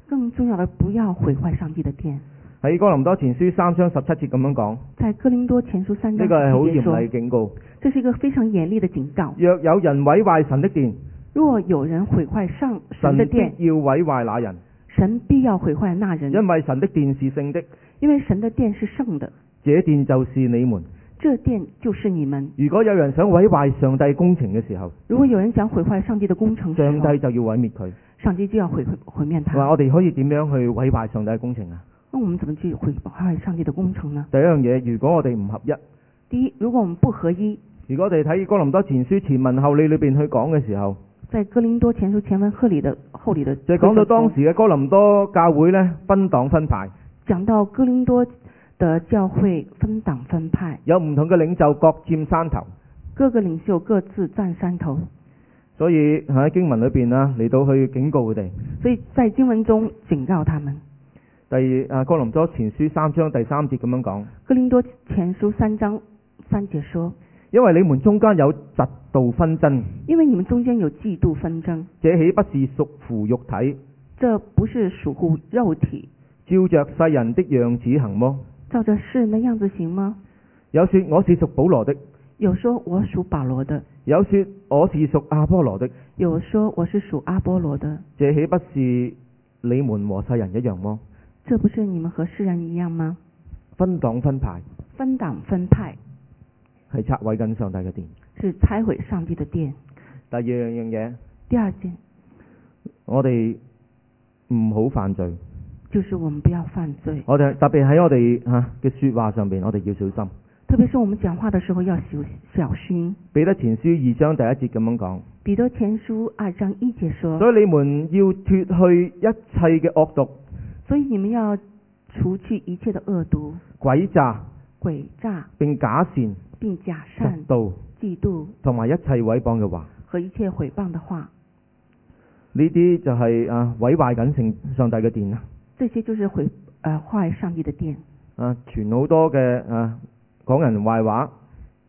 [SPEAKER 2] 更重要的，不要毁坏上帝的殿。
[SPEAKER 1] 喺哥林多前書三章十七節咁樣講，
[SPEAKER 2] 在哥林多前书三
[SPEAKER 1] 呢
[SPEAKER 2] 章
[SPEAKER 1] 個係好
[SPEAKER 2] 十七
[SPEAKER 1] 嚴
[SPEAKER 2] 节说
[SPEAKER 1] 厲，警告。
[SPEAKER 2] 这是一个非常严厉的警告：
[SPEAKER 1] 若有人毀壞神的殿，
[SPEAKER 2] 若有人毁坏上神
[SPEAKER 1] 神
[SPEAKER 2] 的
[SPEAKER 1] 必
[SPEAKER 2] 殿，
[SPEAKER 1] 要毀壞那人，
[SPEAKER 2] 神必要毁坏那人，
[SPEAKER 1] 因為神的殿是聖的，
[SPEAKER 2] 因为神的殿是圣的，
[SPEAKER 1] 這殿就是你們。
[SPEAKER 2] 这殿就是你们。
[SPEAKER 1] 如果有人想毀壞上帝工程嘅時候，
[SPEAKER 2] 如果有人想毁坏上帝的工程的时
[SPEAKER 1] 上
[SPEAKER 2] 候，
[SPEAKER 1] 帝就要毀滅佢。
[SPEAKER 2] 上帝就要毁毁灭他。
[SPEAKER 1] 話我哋可以點樣去毀壞上帝嘅工程啊？
[SPEAKER 2] 那我们怎么去毁坏上帝的工程呢？
[SPEAKER 1] 第一樣嘢，如果我哋唔合一，
[SPEAKER 2] 第一，如果我们不合一，
[SPEAKER 1] 如果我哋睇哥林多前書前文後理裏邊去講嘅時候，
[SPEAKER 2] 在哥林多前书前文后理的后理的
[SPEAKER 1] 就
[SPEAKER 2] 推
[SPEAKER 1] 講到
[SPEAKER 2] 测中
[SPEAKER 1] 當時嘅哥林多教會呢，分黨分派，
[SPEAKER 2] 讲到哥林多的教会分党分派，
[SPEAKER 1] 有唔同嘅領袖各佔山頭。
[SPEAKER 2] 各个领袖各自占山头，
[SPEAKER 1] 所以喺經文裏邊啊，嚟到去警告佢哋。
[SPEAKER 2] 所以在经文中警告他们。
[SPEAKER 1] 第啊哥林多前書三章第三節咁樣講，
[SPEAKER 2] 哥林多前书三章三节说
[SPEAKER 1] 因為你們中間有嫉妒紛爭，：“
[SPEAKER 2] 因为你们中间有嫉妒纷争，
[SPEAKER 1] 這豈不是屬乎肉體，
[SPEAKER 2] 这不是属乎肉体，
[SPEAKER 1] 照着世人的樣子行麼？
[SPEAKER 2] 照着世人的样子行吗？
[SPEAKER 1] 有說我是屬保羅的，
[SPEAKER 2] 有说我属保罗的，
[SPEAKER 1] 有說我是屬阿波羅的，
[SPEAKER 2] 有说我是属阿波罗的，
[SPEAKER 1] 這豈不是你們和世人一樣麼？
[SPEAKER 2] 这不是你们和世人一样吗？
[SPEAKER 1] 分黨分派
[SPEAKER 2] 分党分派
[SPEAKER 1] 係拆毀緊上帝嘅殿。
[SPEAKER 2] 是拆毁上帝的殿。
[SPEAKER 1] 第二樣嘢，
[SPEAKER 2] 第二件
[SPEAKER 1] 我哋唔好犯罪，
[SPEAKER 2] 就是我们不要犯罪，
[SPEAKER 1] 我哋特別喺我哋嚇嘅説話上邊，我哋要小心。
[SPEAKER 2] 特别是我们讲话的时候要小小心。
[SPEAKER 1] 彼得前書二章第一節咁樣講。
[SPEAKER 2] 彼得前书二章一节说
[SPEAKER 1] 所以你們要脱去一切嘅惡毒、：“
[SPEAKER 2] 所以你们要除去一切的恶毒、
[SPEAKER 1] 詭詐、
[SPEAKER 2] 诡诈，
[SPEAKER 1] 並假善、
[SPEAKER 2] 并假善
[SPEAKER 1] 嫉、妒
[SPEAKER 2] 嫉妒
[SPEAKER 1] 同埋一切毀謗嘅話。
[SPEAKER 2] 和一切毁谤的话。
[SPEAKER 1] 呢啲就係、啊毀壞緊聖上帝嘅殿啊啦。”
[SPEAKER 2] 这些就是毁呃坏上帝的殿，
[SPEAKER 1] 啊，傳好多嘅啊講人壞話，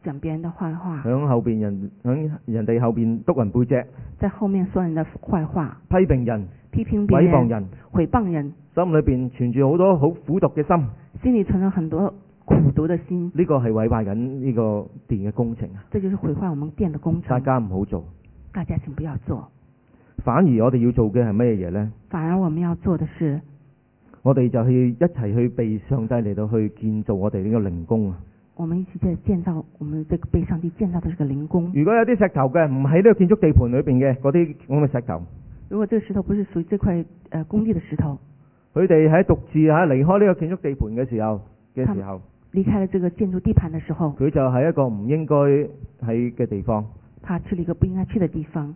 [SPEAKER 2] 讲别人的坏话，
[SPEAKER 1] 響後邊人響人哋後邊督人背脊，
[SPEAKER 2] 在后面说人的坏话，
[SPEAKER 1] 批評人、
[SPEAKER 2] 批评别
[SPEAKER 1] 毀謗
[SPEAKER 2] 人、
[SPEAKER 1] 人，
[SPEAKER 2] 毁谤人，
[SPEAKER 1] 心裏邊存住好多好苦毒嘅心。
[SPEAKER 2] 心里存了很多苦毒的心，
[SPEAKER 1] 呢個係毀壞緊呢個殿嘅工程啊！
[SPEAKER 2] 这就是毁坏我们殿的工
[SPEAKER 1] 大
[SPEAKER 2] 程。
[SPEAKER 1] 家唔好做，
[SPEAKER 2] 大家请不要做，
[SPEAKER 1] 反而我哋要做嘅係乜嘢嘢呢？
[SPEAKER 2] 反而我们要做的是
[SPEAKER 1] 我哋就去一齊去被上帝嚟到去建造我哋呢個靈宮啊！
[SPEAKER 2] 我们一起在建造我们这个被上帝建造的这个灵宫。
[SPEAKER 1] 如果有啲石頭嘅唔喺呢個建築地盤裏邊嘅嗰啲咁嘅石頭，
[SPEAKER 2] 如果这个石头不是属于这块呃工地的石头，
[SPEAKER 1] 佢哋喺獨自嚇離開呢個建築地盤嘅時候嘅時候，
[SPEAKER 2] 离开了这个建筑地盤的时候，
[SPEAKER 1] 佢就喺一個唔應該喺嘅地方，
[SPEAKER 2] 他去了一个不应该去的地方，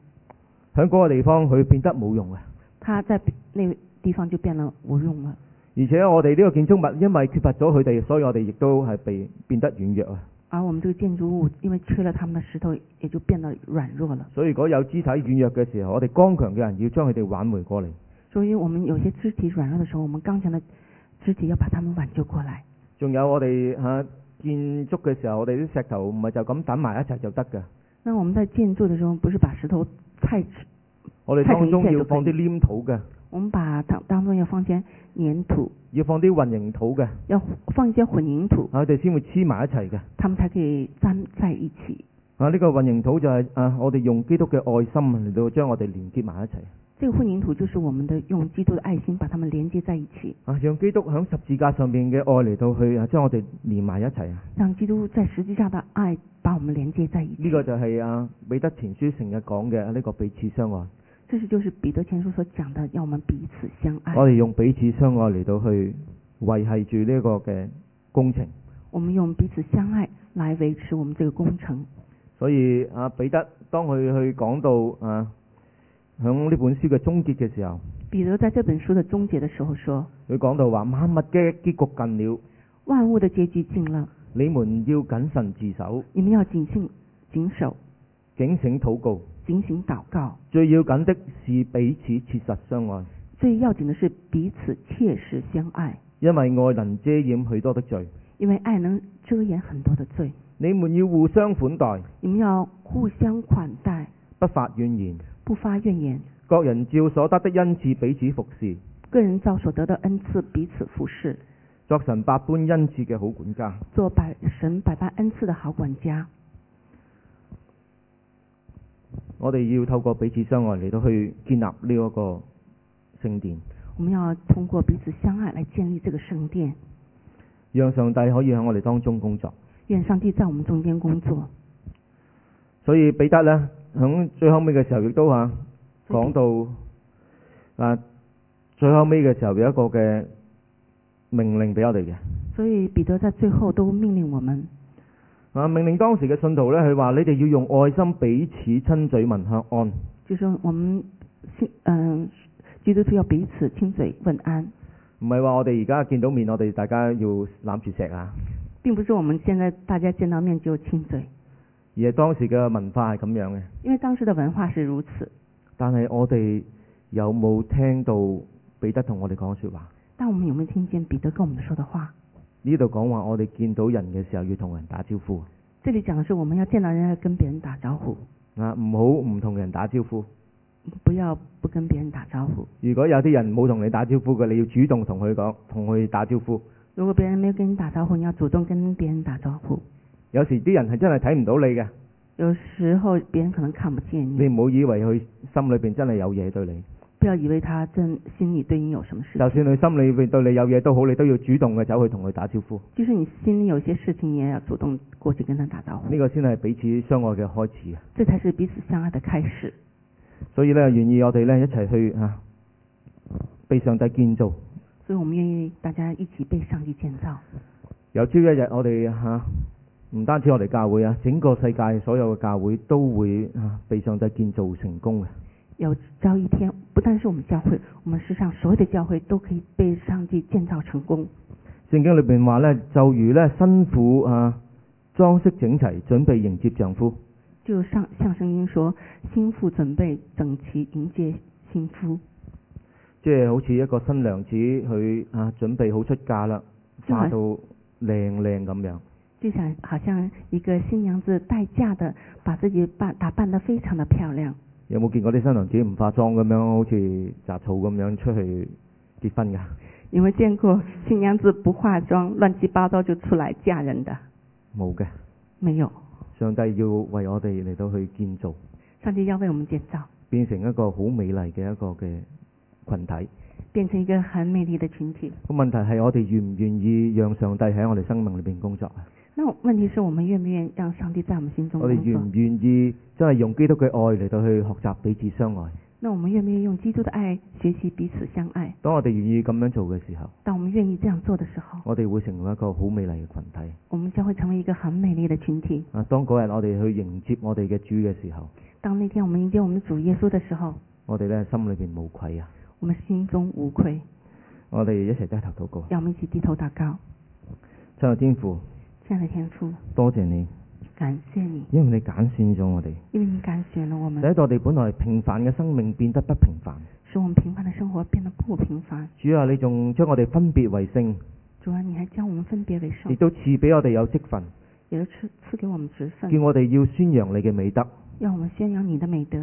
[SPEAKER 1] 喺嗰個地方佢變得冇用嘅。
[SPEAKER 2] 他在那个地方就變得无用了。
[SPEAKER 1] 而且我哋呢個建築物因為缺乏咗佢哋，所以我哋亦都係被變得軟弱啊！
[SPEAKER 2] 而我们这个建筑物因为缺了他们的石头，也就变得软弱了。
[SPEAKER 1] 所以如果有肢體軟弱嘅時候，我哋剛強嘅人要將佢哋挽回過嚟。
[SPEAKER 2] 所以我们有些肢体软弱的时候，我们刚强的肢体要把他们挽救过来。
[SPEAKER 1] 仲有我哋嚇、啊建築嘅時候，我哋啲石頭唔係就咁揼埋一齊就得嘅。
[SPEAKER 2] 那我们在建筑的时候，不是把石头太，
[SPEAKER 1] 我哋當中要放
[SPEAKER 2] 係
[SPEAKER 1] 啲
[SPEAKER 2] 點
[SPEAKER 1] 黏土嘅，
[SPEAKER 2] 我们把当当中要放些粘土，
[SPEAKER 1] 要放啲混凝土嘅，
[SPEAKER 2] 要放一些混凝土，
[SPEAKER 1] 啊，佢哋先會黐埋一齊嘅。
[SPEAKER 2] 他们才可以粘在一起。
[SPEAKER 1] 啊，呢、個混凝土就係、啊，我哋用基督嘅愛心嚟到將我哋連結埋一齊。
[SPEAKER 2] 这个混凝土就是我们的用基督的爱心把它们连接在一起，
[SPEAKER 1] 啊，讓基督喺十字架上邊嘅愛嚟到去啊，將我哋連埋一齊啊！
[SPEAKER 2] 让基督在实际上的爱把我们连接在一
[SPEAKER 1] 呢、
[SPEAKER 2] 起。
[SPEAKER 1] 個就係、啊彼得前書成日講嘅呢個彼此相愛。
[SPEAKER 2] 这是就是彼得前书所讲的，要我们彼此相爱。
[SPEAKER 1] 我哋用彼此相愛嚟到去維係住呢個嘅工程。
[SPEAKER 2] 我们用彼此相愛来维持我们这个工程。
[SPEAKER 1] 所以啊，彼得當佢去講到啊，響呢本書嘅終結嘅時候，
[SPEAKER 2] 彼得在这本书的终结的时候说
[SPEAKER 1] 佢講到話萬物嘅結局近了，：“
[SPEAKER 2] 万物的结局近了，
[SPEAKER 1] 你們要謹慎自守，
[SPEAKER 2] 你们要警醒、谨守、
[SPEAKER 1] 警醒禱告。
[SPEAKER 2] 警醒祷告。
[SPEAKER 1] 最要緊的是彼此切實相愛，
[SPEAKER 2] 最要紧的是彼此切实相愛，
[SPEAKER 1] 因為愛能遮掩許多的罪。
[SPEAKER 2] 因为愛能遮掩很多的罪。
[SPEAKER 1] 你們要互相款待，
[SPEAKER 2] 你們要互相款待，
[SPEAKER 1] 不發怨言，
[SPEAKER 2] 不发怨言。”
[SPEAKER 1] 各人照所得的恩賜彼此服侍。
[SPEAKER 2] 个人照所得的恩赐彼此服侍，
[SPEAKER 1] 作神百般恩賜嘅好管家。
[SPEAKER 2] 做百神百般恩赐的好管家。
[SPEAKER 1] 我哋要透過彼此相愛嚟到去建立呢一個聖殿，
[SPEAKER 2] 我们要通过彼此相爱来建立这个圣殿，
[SPEAKER 1] 讓上帝可以喺我哋當中工作。
[SPEAKER 2] 愿上帝在我们中间工作。
[SPEAKER 1] 所以彼得呢，喺最後尾嘅時候亦都啊
[SPEAKER 2] 所以
[SPEAKER 1] 講到啊最後尾嘅時候有一個嘅命令俾我哋嘅。
[SPEAKER 2] 所以彼得在最后都命令我们，
[SPEAKER 1] 啊！命令當時嘅信徒呢，佢話：你哋要用愛心彼此親嘴問向安。
[SPEAKER 2] 就说我们信嗯、基督徒要彼此亲嘴问安，
[SPEAKER 1] 唔係話我哋而家見到面，我哋大家要攬住錫啊，
[SPEAKER 2] 并不是我们现在大家见到面就亲嘴，
[SPEAKER 1] 而係當時嘅文化係咁樣嘅。
[SPEAKER 2] 因为当时的文化是如此。
[SPEAKER 1] 但係我哋有冇聽到彼得同我哋講说話？
[SPEAKER 2] 但我们有没有听见彼得跟我们说的话？
[SPEAKER 1] 呢度講話我哋見到人嘅時候要同人打招呼
[SPEAKER 2] 这里讲的是我们要见到人要跟别人打招呼，
[SPEAKER 1] 啊，唔好唔同人打招呼。
[SPEAKER 2] 不要不跟别人打招呼。
[SPEAKER 1] 如果有啲人冇同你打招呼嘅，你要主動同佢講，同佢打招呼。
[SPEAKER 2] 如果别人没有跟你打招呼，你要主动跟别人打招呼。
[SPEAKER 1] 有時啲人係真係睇唔到你嘅，
[SPEAKER 2] 有时候别人可能看不见
[SPEAKER 1] 你
[SPEAKER 2] 你，
[SPEAKER 1] 唔好以為佢心裏边真係有嘢對你。
[SPEAKER 2] 不要以为他真心里对你有什么事
[SPEAKER 1] 就
[SPEAKER 2] 情，
[SPEAKER 1] 算佢心裏边對你有嘢都好，你都要主動嘅走去同佢打招呼。
[SPEAKER 2] 就是你心里有些事情，你也要主动过去跟他打招呼
[SPEAKER 1] 呢、，個先係彼此相愛嘅開始啊！
[SPEAKER 2] 这才是彼此相爱的开始。
[SPEAKER 1] 所以呢，願意我哋呢一齊去啊，被上帝建造。
[SPEAKER 2] 所以我们愿意大家一起被上帝建造。
[SPEAKER 1] 有朝一日我哋啊，唔單止我哋教會啊，整個世界所有嘅教會都會啊被上帝建造成功嘅。
[SPEAKER 2] 有朝一天，不但是我们教会，我们世上所有的教会都可以被上帝建造成功。
[SPEAKER 1] 聖經裏边話呢，就如呢辛苦啊裝飾整齊，準備迎接丈夫。
[SPEAKER 2] 就上向圣经说，心腹准备整齐迎接新夫，
[SPEAKER 1] 即係好似一個新娘子，佢啊準備好出嫁啦，化到靚靚咁樣。
[SPEAKER 2] 就想好像一个新娘子待嫁的，把自己扮打扮得非常的漂亮。
[SPEAKER 1] 有冇見過啲新娘子唔化妝咁樣，好似雜草咁樣出去結婚㗎？
[SPEAKER 2] 有没有见过新娘子不化妆乱七八糟就出来嫁人的？
[SPEAKER 1] 冇嘅，
[SPEAKER 2] 没有，
[SPEAKER 1] 上帝要為我哋嚟到去建造，
[SPEAKER 2] 上帝要为我们建造，
[SPEAKER 1] 變成一個好美麗嘅一個嘅群體。
[SPEAKER 2] 变成一个很美丽的群体。
[SPEAKER 1] 個問題係我哋願唔願意讓上帝喺我哋生命裏邊工作啊？
[SPEAKER 2] 那问题是我们愿不愿意让上帝在我们心中
[SPEAKER 1] 我哋
[SPEAKER 2] 工
[SPEAKER 1] 願
[SPEAKER 2] 作
[SPEAKER 1] 唔？願意真係用基督嘅愛嚟到去學習彼此相愛？
[SPEAKER 2] 那我们愿不愿意用基督的爱学习彼此相爱？
[SPEAKER 1] 當我哋願意咁樣做嘅時候，
[SPEAKER 2] 当我们愿意这样做的时候，
[SPEAKER 1] 我哋會成為一個好美麗嘅群體。
[SPEAKER 2] 我们将会成为一个很美丽的群体。
[SPEAKER 1] 啊，當嗰日我哋去迎接我哋嘅主嘅時候，
[SPEAKER 2] 当那天我们迎接我们的主耶稣的时候，
[SPEAKER 1] 我哋咧心裏邊無愧啊！
[SPEAKER 2] 我们心中无愧。
[SPEAKER 1] 我哋一齊低頭禱告。
[SPEAKER 2] 让我们一起低头祷告，
[SPEAKER 1] 親愛天父，
[SPEAKER 2] 亲爱的天父，
[SPEAKER 1] 多謝你，
[SPEAKER 2] 感谢你，
[SPEAKER 1] 因為你揀選咗我哋，
[SPEAKER 2] 因为你拣选了我
[SPEAKER 1] 使
[SPEAKER 2] 们，
[SPEAKER 1] 到我哋本來平凡嘅生命變得不平凡。
[SPEAKER 2] 使我们平凡的生活变得不平凡。
[SPEAKER 1] 主啊，你仲將我哋分別為聖，
[SPEAKER 2] 主啊，你还将我们分别为
[SPEAKER 1] 亦
[SPEAKER 2] 圣，
[SPEAKER 1] 都賜俾我哋有職分，
[SPEAKER 2] 也都赐赐给我们职分
[SPEAKER 1] 叫，我哋要宣揚你嘅美德。
[SPEAKER 2] 让我们宣扬你的美德。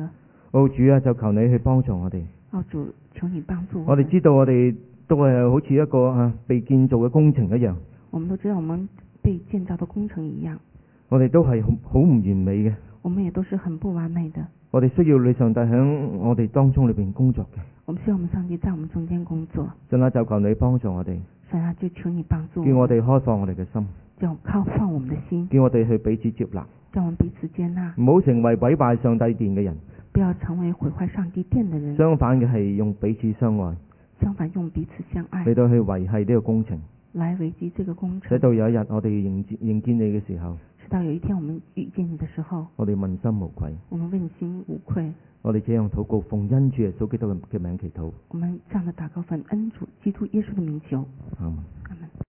[SPEAKER 1] 哦，主啊，就求你去幫助我哋。
[SPEAKER 2] 哦，主，啊求你帮助我
[SPEAKER 1] 我
[SPEAKER 2] 们
[SPEAKER 1] 哋。知道我哋都係好似一個啊被建造嘅工程一樣，
[SPEAKER 2] 我们都知道，我们被建造的工程一样，
[SPEAKER 1] 我哋都係好好唔完美嘅。
[SPEAKER 2] 我们也都是很不完美的。
[SPEAKER 1] 我哋需要你上帝喺我哋當中裏邊工作嘅。
[SPEAKER 2] 我们需要我们上帝在我们中间工作。
[SPEAKER 1] 神啊，就求你幫助我哋，
[SPEAKER 2] 神啊，就求你帮助
[SPEAKER 1] 叫我
[SPEAKER 2] 们，
[SPEAKER 1] 哋開放我哋嘅心，
[SPEAKER 2] 就靠放我们的心，
[SPEAKER 1] 叫我哋去彼此接納，
[SPEAKER 2] 叫我们彼此接纳，
[SPEAKER 1] 唔好成為毀壞上帝殿嘅人。
[SPEAKER 2] 不要成为毁坏上帝殿的人。
[SPEAKER 1] 相反嘅係用彼此相愛
[SPEAKER 2] 相反，用彼此相爱
[SPEAKER 1] 嚟到去維係呢個工程，
[SPEAKER 2] 来危机这个工程
[SPEAKER 1] 使。到有一日我哋迎接迎見你嘅時候，
[SPEAKER 2] 直到有一天我们遇见你的时候，
[SPEAKER 1] 我哋問心無愧。
[SPEAKER 2] 我们问心无愧。
[SPEAKER 1] 我哋這樣禱告，奉恩主耶穌基督嘅嘅名祈禱。
[SPEAKER 2] 我们这样的祷告，奉恩主基督耶稣的名求，
[SPEAKER 1] 阿門
[SPEAKER 2] 阿门。